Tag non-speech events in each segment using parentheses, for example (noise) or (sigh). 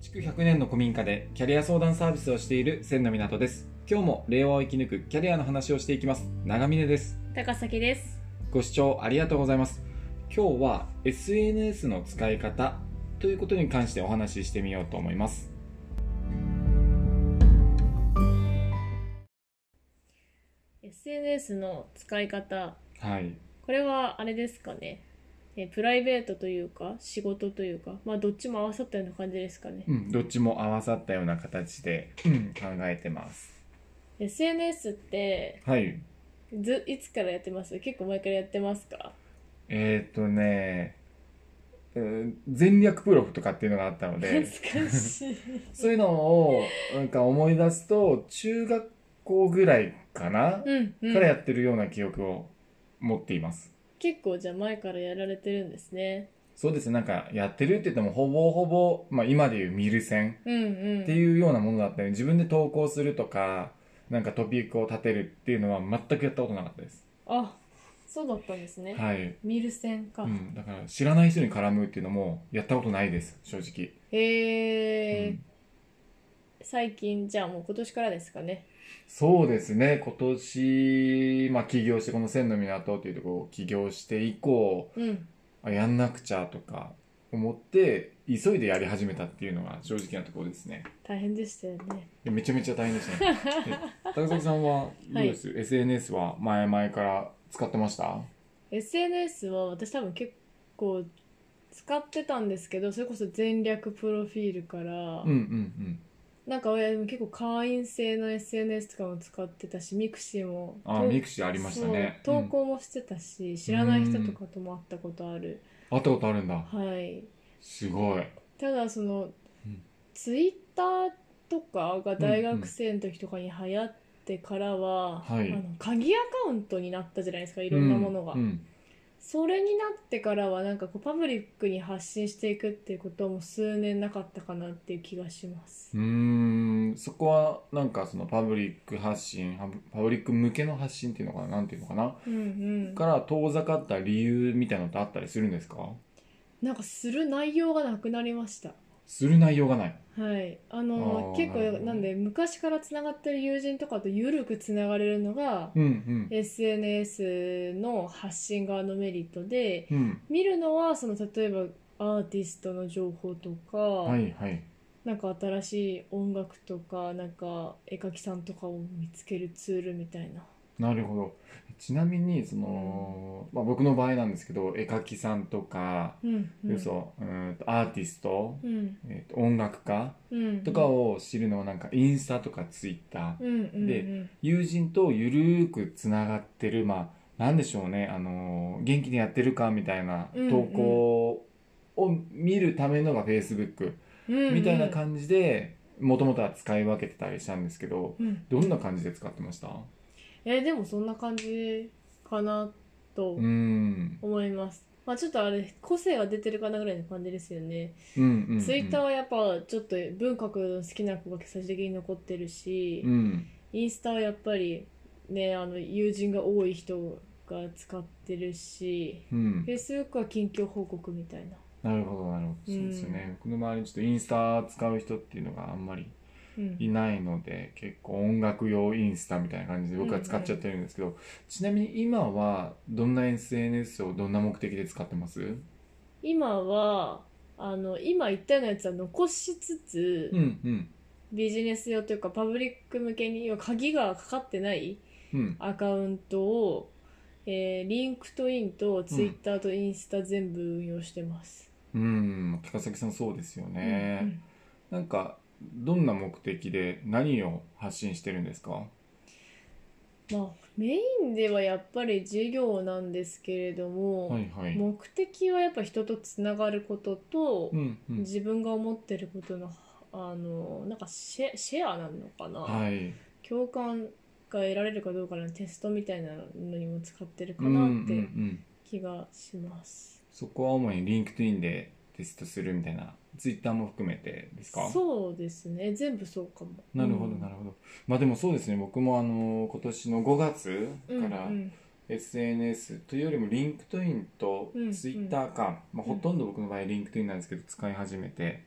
築100年の古民家でキャリア相談サービスをしている千の港です今日も令和を生き抜くキャリアの話をしていきます長峰です高崎です。ご視聴ありがとうございます今日は SNS の使い方ということに関してお話ししてみようと思います SNS の使い方、はいこれはあれですかね。えプライベートというか、仕事というか、まあどっちも合わさったような感じですかね。うん、どっちも合わさったような形で、うん、考えてます。 SNS ってはい。ず、いつからやってます結構前からやってますかえっ、ー、とね、えー全略プロフとかっていうのがあったの懐 (laughs) で、かしい。そういうのをなんか思い出すと、中学校ぐらいかな、うん、うからやん。ってるような記憶を持っています。結構じゃあ前からやられてるんですね。そうですね、なんかやってるって言っても、ほぼほぼ、まあ今でいうミルセンうんうん。っていうようなものだったり、自分で投稿するとか、なんかトピックを立てるっていうのは全くやったことなかったです。あ、そうだったんですね。はい。ミルセンか。うん、だから知らない人に絡むっていうのもやったことないです正直、へえ、うん最近、じゃあもう今年からですかね。そうですね今年、まあ、起業してこの千の港っていうところを起業して以降うん。あやんなくちゃとか思って急いでやり始めたっていうのが正直なところですね大変でしたよね。でめちゃめちゃ大変でしたね (laughs) え高崎さんはどうです、SNS は前々から使ってました SNS は私多分結構使ってたんですけどそれこそ全略プロフィールから、うんうんうんなんか親でも結構会員制の SNS とかも使ってたしミクシーもあとミクシーありましたねそううん投稿もしてたし、知らない人とかとも会ったことある、会ったことあるんだはいすごいただその、うんツイッターとかが大学生の時とかに流行ってからは、うんはいあの鍵アカウントになったじゃないですかいろんなものが、うんうんそれになってからはなんかこうパブリックに発信していくっていうことはもう数年なかったかなっていう気がしますうーんそこはなんかそのパブリック発信パブパブリック向けの発信っていうのかななんていうのかなうんうんから遠ざかった理由みたいなのってあったりするんですかなんかする内容がなくなりましたする内容がないはいあのあー結なるほ構どなんで昔からつながってる友人とかと緩くつながれるのがうんうん SNS の発信側のメリットでうん見るのはその例えばアーティストの情報とか、はいはいなんか新しい音楽とかなんか絵描きさんとかを見つけるツールみたいななるほどちなみにその、まあ、僕の場合なんですけど絵描きさんとか、うんうん、嘘うーんとアーティスト、うんえーと音楽家うん、とかを知るのはなんかインスタとかツイッター、うんうんうん、で友人とゆるーくつながってるまあなんでしょうね、あのー元気にやってるかみたいなうんうん投稿を見るためのが Facebook うんうん、みたいな感じでもともとは使い分けてたりしたんですけどじ、うん、どんな感じで使ってましたえーでもそんな感じかなとうん思います、まあちょっとあれ個性が出てるかなぐらいの感じですよね、うんうんうんツイッターはやっぱちょっと文学の好きな子が最終的に残ってるし、うんインスタはやっぱりねあの友人が多い人が使ってるしうんフェイスブックは近況報告みたいな、なるほどなるほどそうですよね僕の周りにちょっとインスタ使う人っていうのがあんまりうんいないので結構音楽用インスタみたいな感じで僕は使っちゃってるんですけど、ちなみに今はどんな SNS をどんな目的で使ってますう今はあの今言ったようなやつは残しつつ、んうんビジネス用というかパブリック向けに要は鍵がかかってないうんアカウントを、えー、リンクトインとツイッターとインスタ全部運用してます。うん高崎さんそうですよね、なんかどんな目的で何を発信してるんですかうんうんまあ、メインではやっぱり授業なんですけれども、はいはい目的はやっぱ人とつながることと、うんうん自分が思ってることのあのなんかシェシェアなのかな、はい共感が得られるかどうかのテストみたいなのにも使ってるかうんうなんっうてん気がします。そこは主にリンクトインでテストするみたいなツイッターも含めてですかそうですね全部そうかも。なるほどなるほどまあでもそうですね僕もあの今年の5月うんからうん SNS というよりもリンクトインとうんツイッターか、まあ、うんほとんど僕の場合リンクトインなんですけど使い始めて、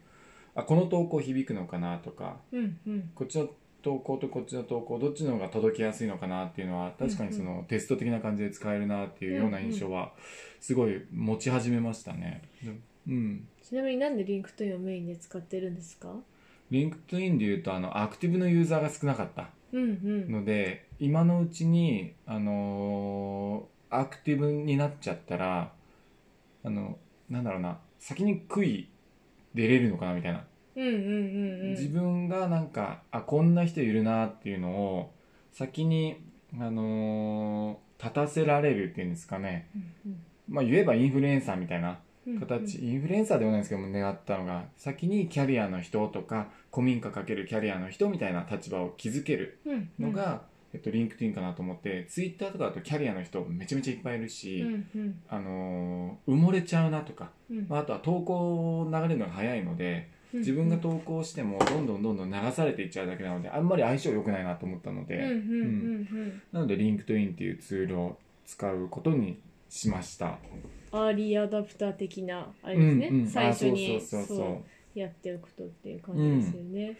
あこの投稿響くのかなとかうんうんこっちの投稿とこっちの投稿どっちの方が届きやすいのかなっていうのは確かにその、テスト的な感じで使えるなっていうような印象はすごい持ち始めましたね。うん、ちなみになんでリンクトインをメインで使ってるんですかリンクトインで言うとあのアクティブのユーザーが少なかったうんうんので今のうちに、あのーアクティブになっちゃったらあのなんだろうな先に悔い出れるのかなみたいなうんうんうんうん自分がなんかあこんな人いるなっていうのを先に、あのー立たせられるっていうんですかね、うんまあ、言えばインフルエンサーみたいなうん形、インフルエンサーではないんですけども願ったのが先にキャリアの人とか古民家かけるキャリアの人みたいな立場を築けるうんうのんが、えっと、リンクトゥインかなと思ってツイッターとかだとキャリアの人めちゃめちゃいっぱいいるうし、んうんあのー埋もれちゃうなとか、うんまあ、あとは投稿流れるのが早いので、自分が投稿してもどんどんどんどん流されていっちゃうだけなのであんまり相性良くないなと思ったのうんうんで、うんうんなので LinkedIn っていうツールを使うことにしました。アーリーアダプター的なあれですね、うんうん最初にあそうそうそうそうそうやっておくとっていう感じですよね、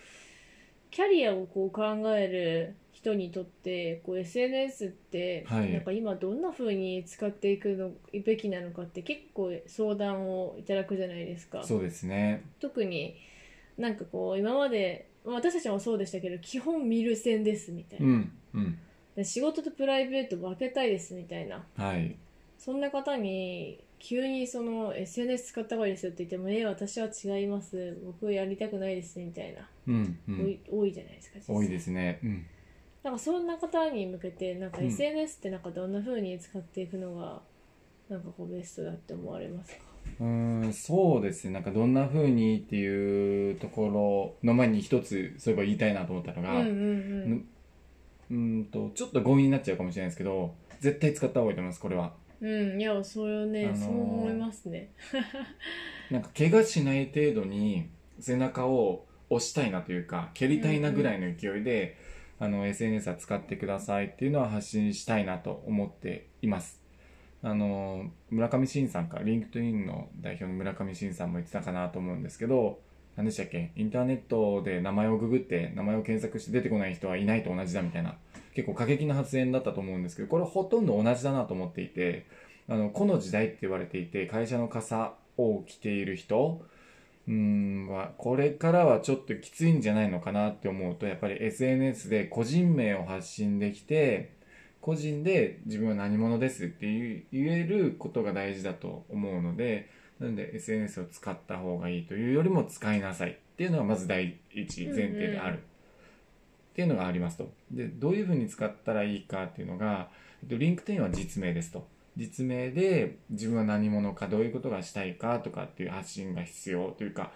キャリアをこう考える人にとってこう SNS ってはいなんか今どんな風に使っていくの、べきなのかって結構相談をいただくじゃないですかそうですね。特になんかこう今までまあ私たちもそうでしたけど基本見る線ですみたいうな、んうんで仕事とプライベート分けたいですみたいなはいそんな方に急にその SNS 使った方がいいですよって言っても「え私は違います僕やりたくないです」みたいな、うんう多んい多いじゃないですか実際多いですね。うんなんかそんな方に向けてなんかうん SNS ってなんかどんな風に使っていくのがなんかこうベストだって思われますかうーんそうですねなんかどんな風にっていうところの前に一つそういえば言いたいなと思ったのうが、んうんうんうーんとちょっと強引になっちゃうかもしれないですけど絶対使った方がいいと思いますこれは。うんいやそれをあね、のーそう思いますねなんか怪我しない程度に背中を押したいなというか蹴りたいなぐらいの勢いで、あの SNS は使ってくださいっていうのは発信したいなと思っていますあの村上信さんかリンクトインの代表の村上信さんも言ってたかなと思うんですけど何でしたっけインターネットで名前をググって名前を検索して出てこない人はいないと同じだみたいな結構過激な発言だったと思うんですけどこれほとんど同じだなと思っていてあのこの時代って言われていて会社の傘を着ている人うーんはこれからはちょっときついんじゃないのかなって思うとやっぱり SNS で個人名を発信できて個人で自分は何者ですって言う言えることが大事だと思うのでなので SNS を使った方がいいというよりも使いなさいっていうのがまず第一前提である、うっんうんていうのがありますとでどういうふうに使ったらいいかっていうのがリンクトインは実名ですと実名で自分は何者かどういうことがしたいかとかっていう発信が必要というか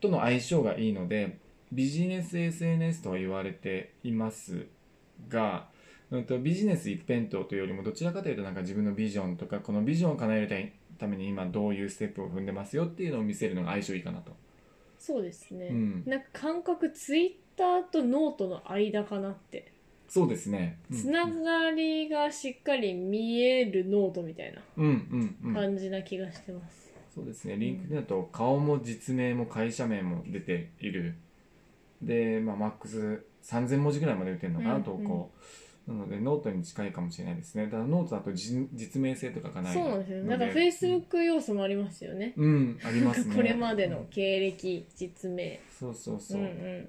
との相性がいいのでビジネス SNS とは言われていますが、うん、とビジネス一辺倒というよりもどちらかというとなんか自分のビジョンとかこのビジョンを叶えるたいために今どういうステップを踏んでますよっていうのを見せるのが相性いいかなと。そうですね、うんなんか感覚ツイッターとノートの間かなってそうですね。うんつながりがしっかり見えるノートみたいうんうんうんな感じな気がしてます、そうですね、リンクだと顔も実名も会社名も出ている。で、まあ、マックス3000文字ぐらいまで打てるのかな、うん投稿。なので、ノートに近いかもしれないですね。ただ、ノートだとじ実名性とかがないそうなんですよね。なんかフェイスブック要素もありますよね。うん、ありなまんかすね。 (laughs) これまでの。経歴、実名。そうそううそう。んうん。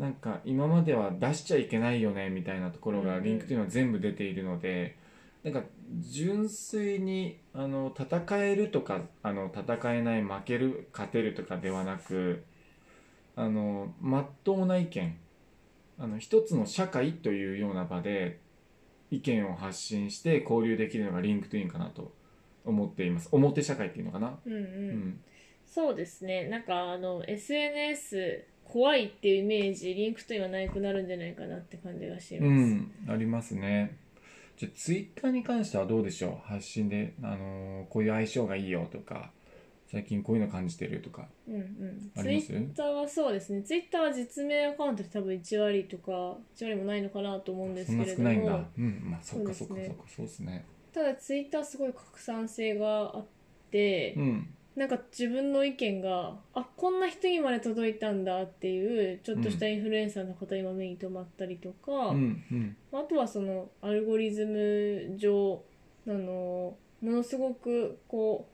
なんか今までは出しちゃいけないよねみたいなところうんがうんリンクというのは全部出ているので、なんか純粋にあの戦えるとかあの戦えない負ける勝てるとかではなくあの真っ当な意見あの一つの社会というような場で意見を発信して交流できるのがリンクトゥインかなと思っています表社会っていうのかな、うんううんん。そうですね。なんかあの、SNS 怖いっていうイメージ、リンクと今なくなるんじゃないかなって感じがしうます。ん、ありますね。じゃツイッターに関してはどうでしょう発信で、あのーこういう相性がいいよとか、最近こういうの感じてるとか、うんうん。あツりイますッターはそうですね。ツイッターは実名アカウントで多分1割とか、1割もないのかなと思うんですそんけなれ少どないんだも。。うん、まあそっかそそっうかですそねっか、そうですね。ただツイッターすごい拡散性があって、うん、なんか自分の意見があこんな人にまで届いたんだっていうちょっとしたインフルエンサーの方今目に留まったりとか、うんうんあとはそのアルゴリズム上あのものすごくこ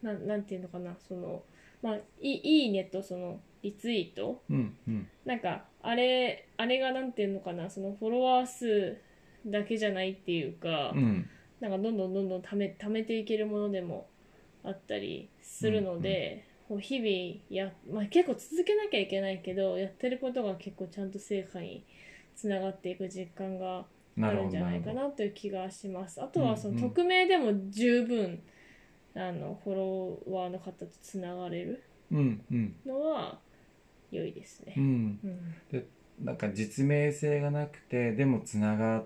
うなんなんていうのかなその、まあ、いいいいねとそのリツイートうんうんなんかあれあれがなんていうのかなそのフォロワー数だけじゃないっていうか、うんなんかどんどんどんどん貯め貯めていけるものでもあったりするので、こう日々や、まあ、結構続けなきゃいけないけどやってることが結構ちゃんと成果につながっていく実感があなるるほんじどゃななるいかほどなという気がします。あとはその、うんうん匿名でも十分あのフォロワーの方とつながれるうんうんのは良いですねう。んうんなんか実名性がなくてでもつながっ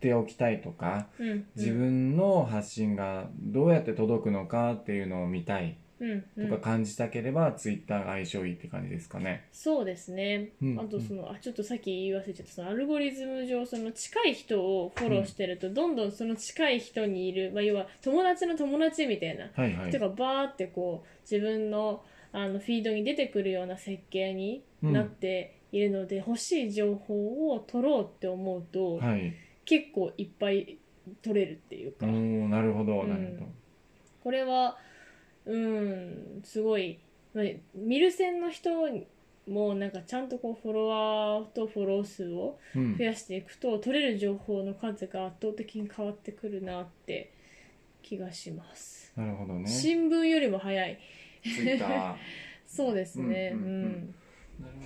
ておきたいとかうんうん自分の発信がどうやって届くのかっていうのを見たいうんうとんか感じたければ、ツイッターが相性いいって感じですかね。そうですね、うんあとそのあちょっとさっき言い忘れちゃったそのアルゴリズム上その近い人をフォローしてると、どんどんその近い人にいる、まあ、要は友達の友達みたいなはいはい。人がバーってこう自分のあのフィードに出てくるような設計になっているので、欲しい情報を取ろうって思うと、はい。結構いっぱい取れるっていうおか、ーなるほど、うんなるほど。これはうんすごいまあ見る線の人もなんかちゃんとこうフォロワーとフォロー数をうん増。やしていくと、取れる情報の数が圧倒的に変わってくるなって気がします、なるほどね。ツイ新聞よりも早いッター。 (laughs) なるそうですねううんんうんうん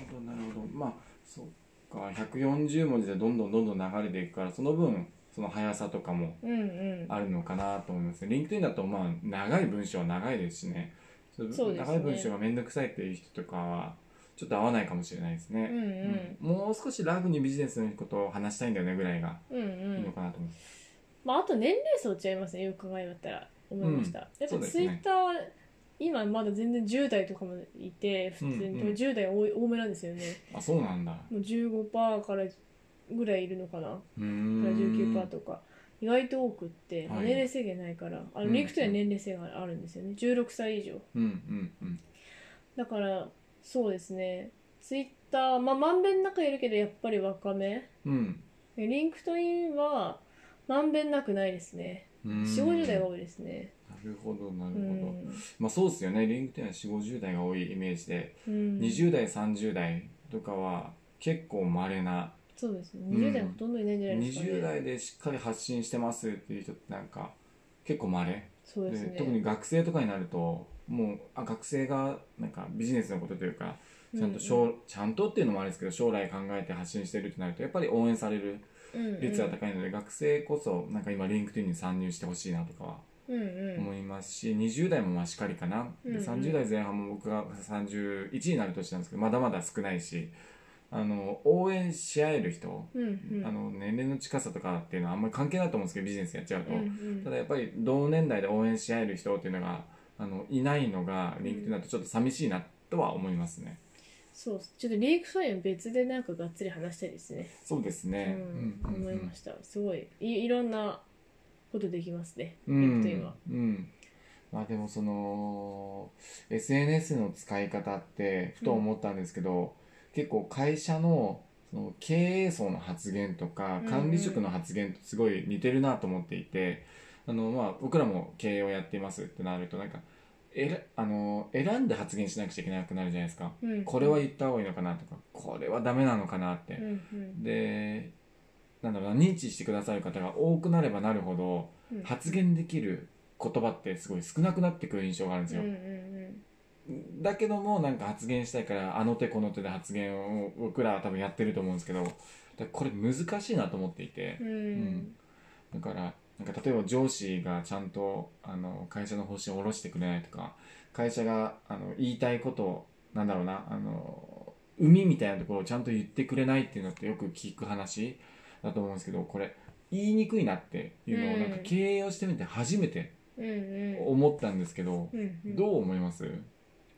ほど、なるほど。まあ、そっか、140文字でどんどんどんどん流れていくから、その分、その速さとかもうんうんあるのかなと思います。リンクトインだと、まあ、長い文章は長いですしね。そうそうですね長い文章がめんどくさいっていう人とかは、ちょっと合わないかもしれないですうんうね。んうんもう少しラフにビジネスのことを話したいんだよねぐらいがうんういいのんかなと思います。まああと年齢層違いますねよく考えたら思いました、やっそぱうですツイッねターは今まだ全然10代とかもいて普通に、うんうんでも10代多い多めなんですよねあ、そうなんだ。もう15%からぐらいいるのかなうーかんら19%とか意外と多くって、はい年齢制限ないからあうのんリンクトインは年齢制限があるんですよね16歳以上うんうんうん。だからそうですねツイッターまあまんべんなくいるけどやっぱり若めうん。でリンクトインはまんべんなくないですねうーん4 5 0代が多いですねなるほどなるうほど、ん、まあそうですよねリンクトインは4 5 0代が多いイメージで、うん、 20代30代とかは結構まれな、そうですね20代はほとんどいないんじゃないですかね、 20代でしっかり発信してますっていう人ってなんか結構まれそうで、ですね特に学生とかになるともうあ学生がなんかビジネスのことというかちゃんと将、うちゃんとっていうのもあれですけど将来考えて発信してるとなるとやっぱり応援されるうんうん率が高いので、学生こそなんか今リンクトインに参入してほしいなとかはうんうん思いますし、20代もまあしっかりかな、うんうでん30代前半も僕が31になる年なんですけどまだまだ少ないしあの応援し合える人、うんうんあの年齢の近さとかっていうのはあんまり関係ないと思うんですけどビジネスやっちゃうと、うんうんただやっぱり同年代で応援し合える人っていうのがあのいないのがリンクトインだとちょっと寂しいなとは思いますね。そうちょっとリークファイン別でなんかがっつり話したいですね、そうですうね、んうんうんうん思いましたすごいいいろんなことできますねうリンクトイんンは、うんまあでもその SNS の使い方ってふと思ったんですけど、結構会社のその経営層の発言とかうん管理職の発言とすごい似てるなと思っていて、あのまあ僕らも経営をやっていますってなるとなんかえらあの選んで発言しなくちゃいけなくなるじゃないですか、うんこれは言った方がいいのかなとかこれはダメなのかなって、うんうんでなんだろうな認知してくださる方が多くなればなるほどうん発言できる言葉ってすごい少なくなってくる印象があるんですよ、うんうんだけどもなんか発言したいからあの手この手で発言を僕らは多分やってると思うんですけどだからこれ難しいなと思っていてうんうだんからなんか例えば上司がちゃんとあの会社の方針を下ろしてくれないとか会社があの言いたいことをなんだろうなあの海みたいなところをちゃんと言ってくれないっていうのってよく聞く話だと思うんですけどこれ言いにくいなっていうのをうんなんか経営をしてみて初めてうんうん思ったんですけど、うんうんどう思います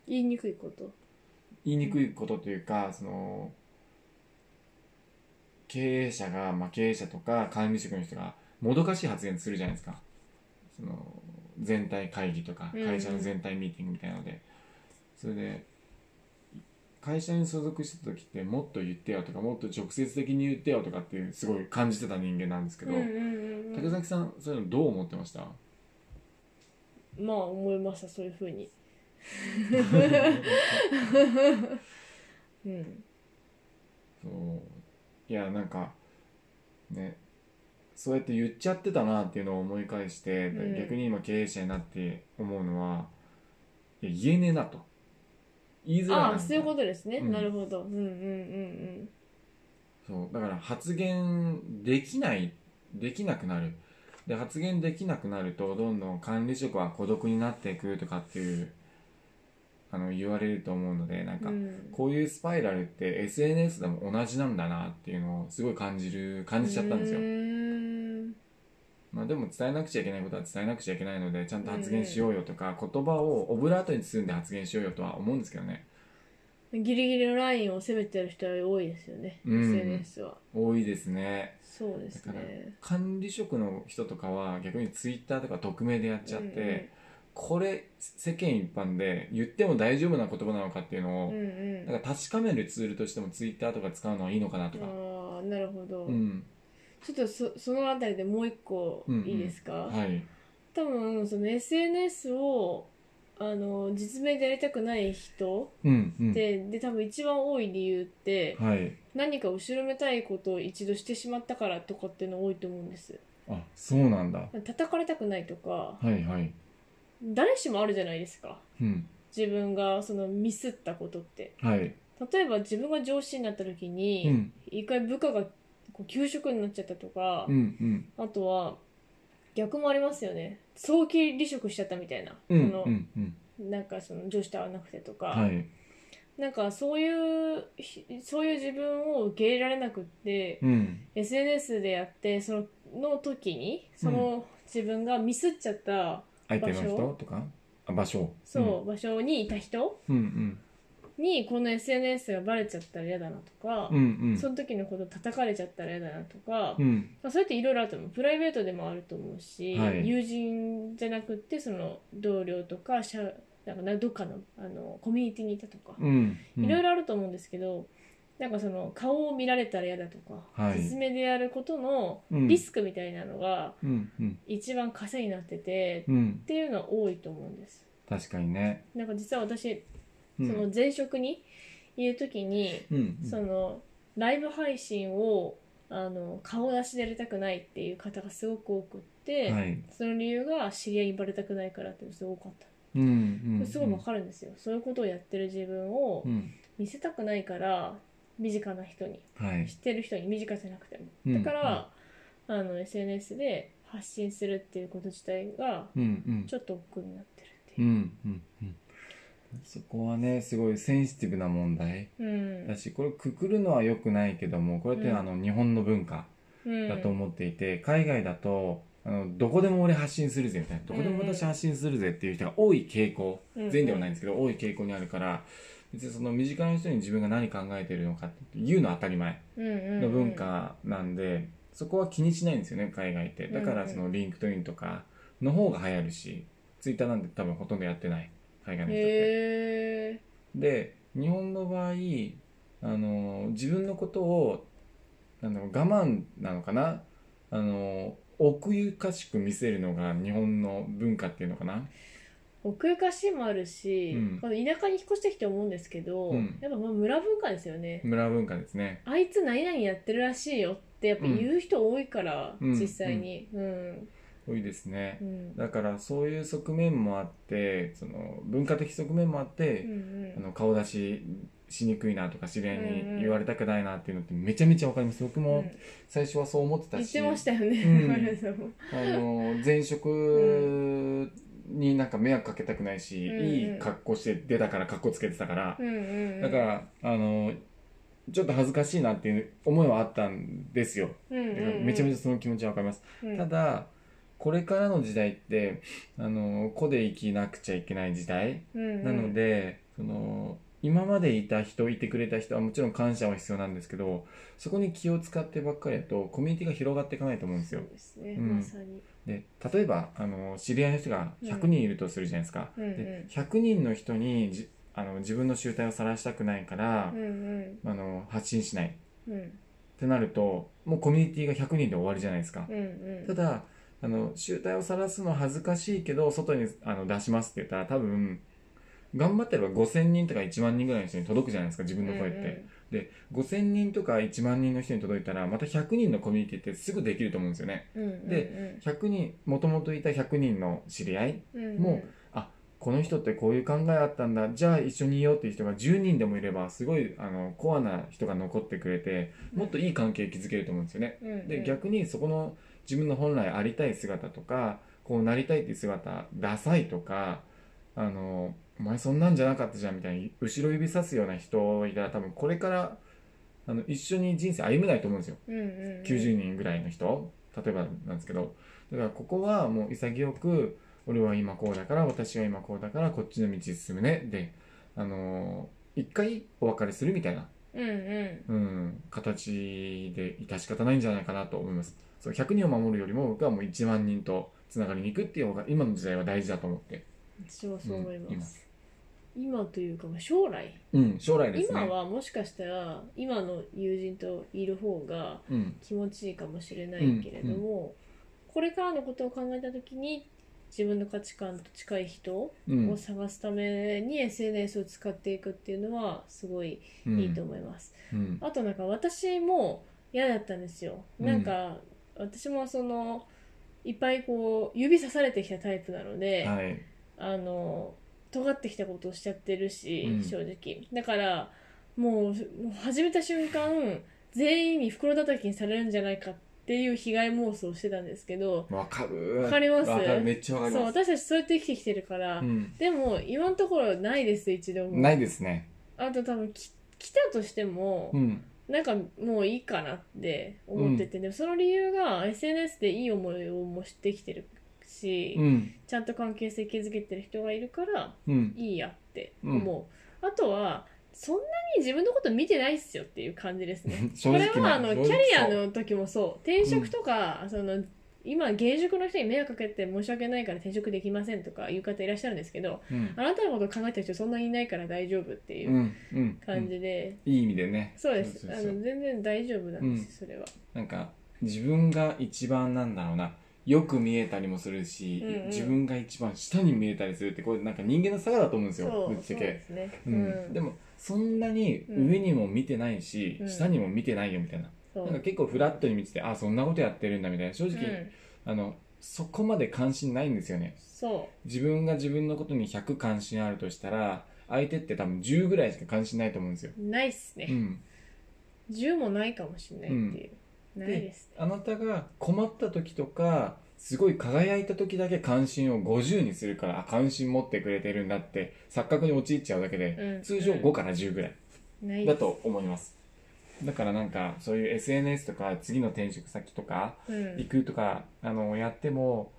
言いにくいこと言いにくいことというかその経営者が、まあ、経営者とか管理職の人がもどかしい発言するじゃないですかその全体会議とかうん会社の全体ミーティングみたいなので、それで会社に所属してた時ってもっと言ってよとかもっと直接的に言ってよとかってすごい感じてた人間なんですけうど、んうんうん竹崎さんそういうのどう思ってましたまあ思いましたそういうふうに (laughs) うんそういやなんかねそうやって言っちゃってたなっていうのを思い返して、うん逆に今経営者になって思うのはいや言えねえなと言いづらいなああみたそういうことですね、うんなるほどうんうんうんそうだから発言できないできなくなるで発言できなくなるとどんどん管理職は孤独になっていくとかっていうあの言われると思うのでなんうんか、うんこういうスパイラルって SNS でも同じなんだなっていうのをすごい感じる感じちゃったんですようーんまあ、でも伝えなくちゃいけないことは伝えなくちゃいけないのでちゃんと発言しようよとか、言葉をオブラートに包んで発言しようよとは思うんですけどねギリギリのラインを攻めてる人は多いですよね、うん SNS は多いですねそうですだからね管理職の人とかは逆にツイッターとか匿名でやっちゃって、これ世間一般で言っても大丈夫な言葉なのかっていうのうを、んうんうんうんなんか確かめるツールとしてもツイッターとか使うのはいいのかなとか、ああなるほど、うんちょっとそそのあたりでもう一個いいですか、はい多分その SNS をあの実名でやりたくない人うんうんで,、で多分一番多い理由ってはい何か後ろめたいことを一度してしまったからとかっていうの多いと思うんですあそうなんだ叩かれたくないとかはいはい誰しもあるじゃないですかうん自分がそのミスったことってはい例えば自分が上司になった時に、うん一回部下がこう給食になっちゃったとか、うんうんあとは逆もありますよね早期離職しちゃったみたいな、うんそうのんうんなんかその上司と合わなくてとか、はいなんかそういうひそういう自分を受け入れられなくって、うん、 SNS でやってそのの時にその自分がミスっちゃった、相手の場所人とかあ場所そう、場所にいた人うんうんにこの SNS がバレちゃったら嫌だなとかうんう、んその時のこと叩かれちゃったら嫌だなとか、うんまあ、それっていろいろあると思うプライベートでもあると思うし、はい友人じゃなくってその同僚とか社なんかなどっかのあのコミュニティにいたとか、うんうんいろいろあると思うんですけどなんかその顔を見られたら嫌だとか、はい実名でやることのうんリスクみたいなのがうんうん一番稼ぎになってて、うっんていうのは多いと思うんです。確かにねなんか実は私、うんその前職にいる時に、うんそのライブ配信をあの顔出しでやりたくないっていう方がすごく多くって、はいその理由が知り合いにバレたくないからっていうのがすごく多かった、うんうんすごいわかるんですよそういうことをやってる自分をうん見せたくないから身近な人にはい知ってる人に身近じゃなくてもうんだから、あの SNS で発信するっていうこと自体がうんうんちょっと億劫になってるってういうんうんうんそこはねすごいセンシティブな問題うんだしこれくくるのは良くないけどもこれってうんあの日本の文化うんだと思っていて海外だとあのどこでも俺発信するぜみたいなどこでも私発信するぜっていう人が多い傾向うん全員ではないんですけど多い傾向にあるから別にその身近な人に自分が何考えてるのかって言うのは当たり前のの文化なんでそこは気にしないんですよね海外ってだかうんうらんそのリンクトインとかの方が流行るしツイッターなんて多分ほとんどやってない海外の人って。へえで日本の場合あの自分のことをなんだろう我慢なのかなあの奥ゆかしく見せるのが日本の文化っていうのかな奥ゆかしいもあるし、うんこの田舎に引っ越してきて思うんですけど、うんやっぱまあ村文化ですよね、村文化ですねあいつ何々やってるらしいよってやっぱ言う人多いから、うん実際にうん多いですねうんだからそういう側面もあってその文化的側面もあっうて、んあの顔出ししにくいなとか知り合いに言われたくないなっていうのってめちゃめちゃわかります僕うんうもん最初はそう思ってた言っし、てましたよね、 (laughs) うんあれでもあの前職になんか迷惑かけたくないし、うんうんいい格好して出たから格好つけてたから、うんうんうんだからあのちょっと恥ずかしいなっていう思いはあったんですよ、うんだうんかうらん、めちゃめちゃその気持ちはわかりますうん、ただこれからの時代ってあの個で生きなくちゃいけない時代うんうん、なので、その今までいた人いてくれた人はもちろん感謝は必要なんですけどそこに気を使ってばっかりだとコミュニティが広がっていかないと思うんですそようですね、うんまさにで例えばあの知り合いの人が100人いるとするじゃないですか、うんうんで100人の人にじあの自分の集体を晒したくないからうん、うんあの発信しないっうんてなるともうコミュニティが100人で終わりじゃないですかう、んうんただあの集体を晒すの恥ずかしいけど外にあの出しますって言ったら多分頑張ってれば5000人とか1万人ぐらいの人に届くじゃないですか自分の声って、5000人とか1万人の人に届いたらまた100人のコミュニティってすぐできると思うんですよねうんうん、で100人もともといた100人の知り合いうんうん、もこの人ってこういう考えあったんだじゃあ一緒にいようっていう人が10人でもいればすごいあのコアな人が残ってくれてもっといい関係築けると思うんですよね。うんうん、で逆にそこの自分の本来ありたい姿とかこうなりたいっていう姿ダサいとかあのお前そんなんじゃなかったじゃんみたいに後ろ指さすような人いたら多分これからあの一緒に人生歩めないと思うんですようんうんうん、 90人ぐらいの人例えばなんですけどだからここはもう潔く俺は今こうだから私は今こうだからこっちの道進むねであの一回お別れするみたいなうんうんうん、形で致し方ないんじゃないかなと思います。そう100人を守るよりも僕はもう1万人とつながりに行くっていう方が今の時代は大事だと思って。私はそう思います、今というかまあ将来、うん、将来ですね。今はもしかしたら今の友人といる方がうん、気持ちいいかもしれないけれども、これからのことを考えた時に自分の価値観と近い人をうん、探すために SNS を使っていくっていうのはすごいうん、いいと思います、うん、あとなんか私も嫌だったんですよ、うんなんか私もそのいっぱいこう指さされてきたタイプなので、はい。あの尖ってきたことをしちゃってるし、うん正直だからもうもう始めた瞬間全員に袋叩きにされるんじゃないかっていう被害妄想をしてたんですけどわかる。わかりますわかる、めっちゃわかりそうます。私たちそうやって生きてきてるから、うん、でも今のところないです一度もないですね。あと多分き来たとしても、うん、なんかもういいかなって思ってて、でもその理由が SNS でいい思いをもうしてきてるし、うん、ちゃんと関係性築けてる人がいるからうん、いいやって思う、あとはそんなに自分のこと見てないっすよっていう感じですね (laughs) 正直こなれはあの正直キャそうリアの時もそう転職とか、その今現職の人に迷惑かけて申し訳ないから転職できませんとかいう方いらっしゃるんですけどうん、、あなたのこと考えてる人そんなにいないから大丈夫っていううんうん。感じで、いい意味でね。そうでそすうそうあそうの全然大丈夫なんです、それはなんか自分が一番なんだろうなよく見えたりもするし、うんうん自分が一番下に見えたりするってこれなんか人間の差がだと思うんですよそうぶっちそゃうけですね、うんでもそんなに上にも見てないし、うん下にも見てないよみたいな,、そうなんか結構フラットに見ててあそんなことやってるんだみたいな正直、うんあのそこまで関心ないんですよねそ自分が自分のことに100関心あるとしたら相手って多分10ぐらいしか関心ないと思うんですよ、うないっすね、うん、 10もないかもしれないっていう、ないですねあなたが困った時とかすごい輝いた時だけ関心を50にするからあ関心持ってくれてるんだって錯覚に陥っちゃうだけで、うん通常うん5から10ぐらいないでだすと思います、だからなんかそういう SNS とか次の転職先とかうん行くとか、あのやっても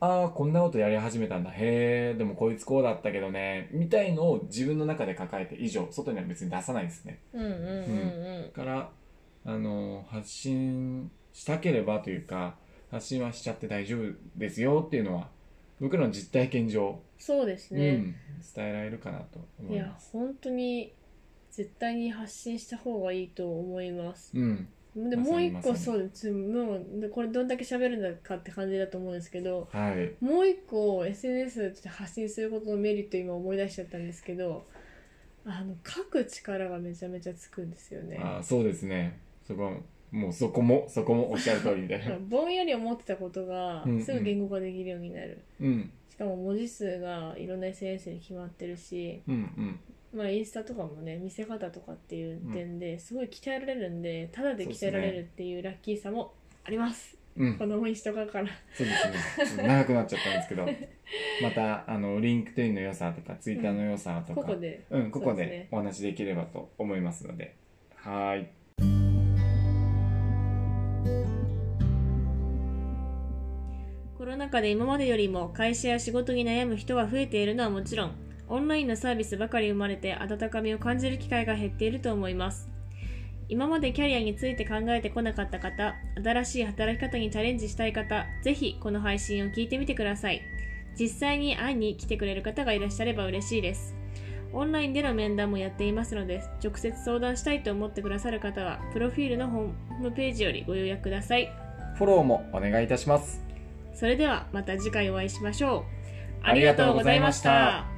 ああこんなことやり始めたんだへえでもこいつこうだったけどねみたいのを自分の中で抱えて以上外には別に出さないですねうんうんうんからあの発信したければというか発信はしちゃって大丈夫ですよっていうのは僕らの実体験上、そうですうね、ん、伝えられるかなと思いいやます。本当に絶対に発信した方がいいと思いますうん、でまさにもうま一さ個にそうですもうでこれどんだけ喋るんだかって感じだと思うんですけどはい、もう一個 SNS で発信することのメリット今思い出しちゃったんですけどあの書く力がめちゃめちゃつくんですよねあーそうですねそこもうそこもそこもおっしゃる通りみたい (laughs) なぼんやり思ってたことがうんうんすぐ言語化できるようになる、うんしかも文字数がいろんな SNS に決まってるし、うんまあ、インスタとかもね見せ方とかっていう点ですごい鍛えられるんで、ただで鍛えられるっていうラッキーさもありますうんうんこのインスタ化からそうですねちょっと長くなっちゃったんです (laughs) けどまたあのリンクトインの良さとかツイッターの良さとか、ここでうん、ここそうですでねお話しできればと思いますので、はーい。コロナ禍で今までよりも会社や仕事に悩む人は増えているのはもちろんオンラインのサービスばかり生まれて温かみを感じる機会が減っていると思います今までキャリアについて考えてこなかった方新しい働き方にチャレンジしたい方ぜひこの配信を聞いてみてください実際に会いに来てくれる方がいらっしゃれば嬉しいですオンラインでの面談もやっていますので直接相談したいと思ってくださる方はプロフィールのホームページよりご予約くださいフォローもお願いいたしますそれではまた次回お会いしましょうありがとうございました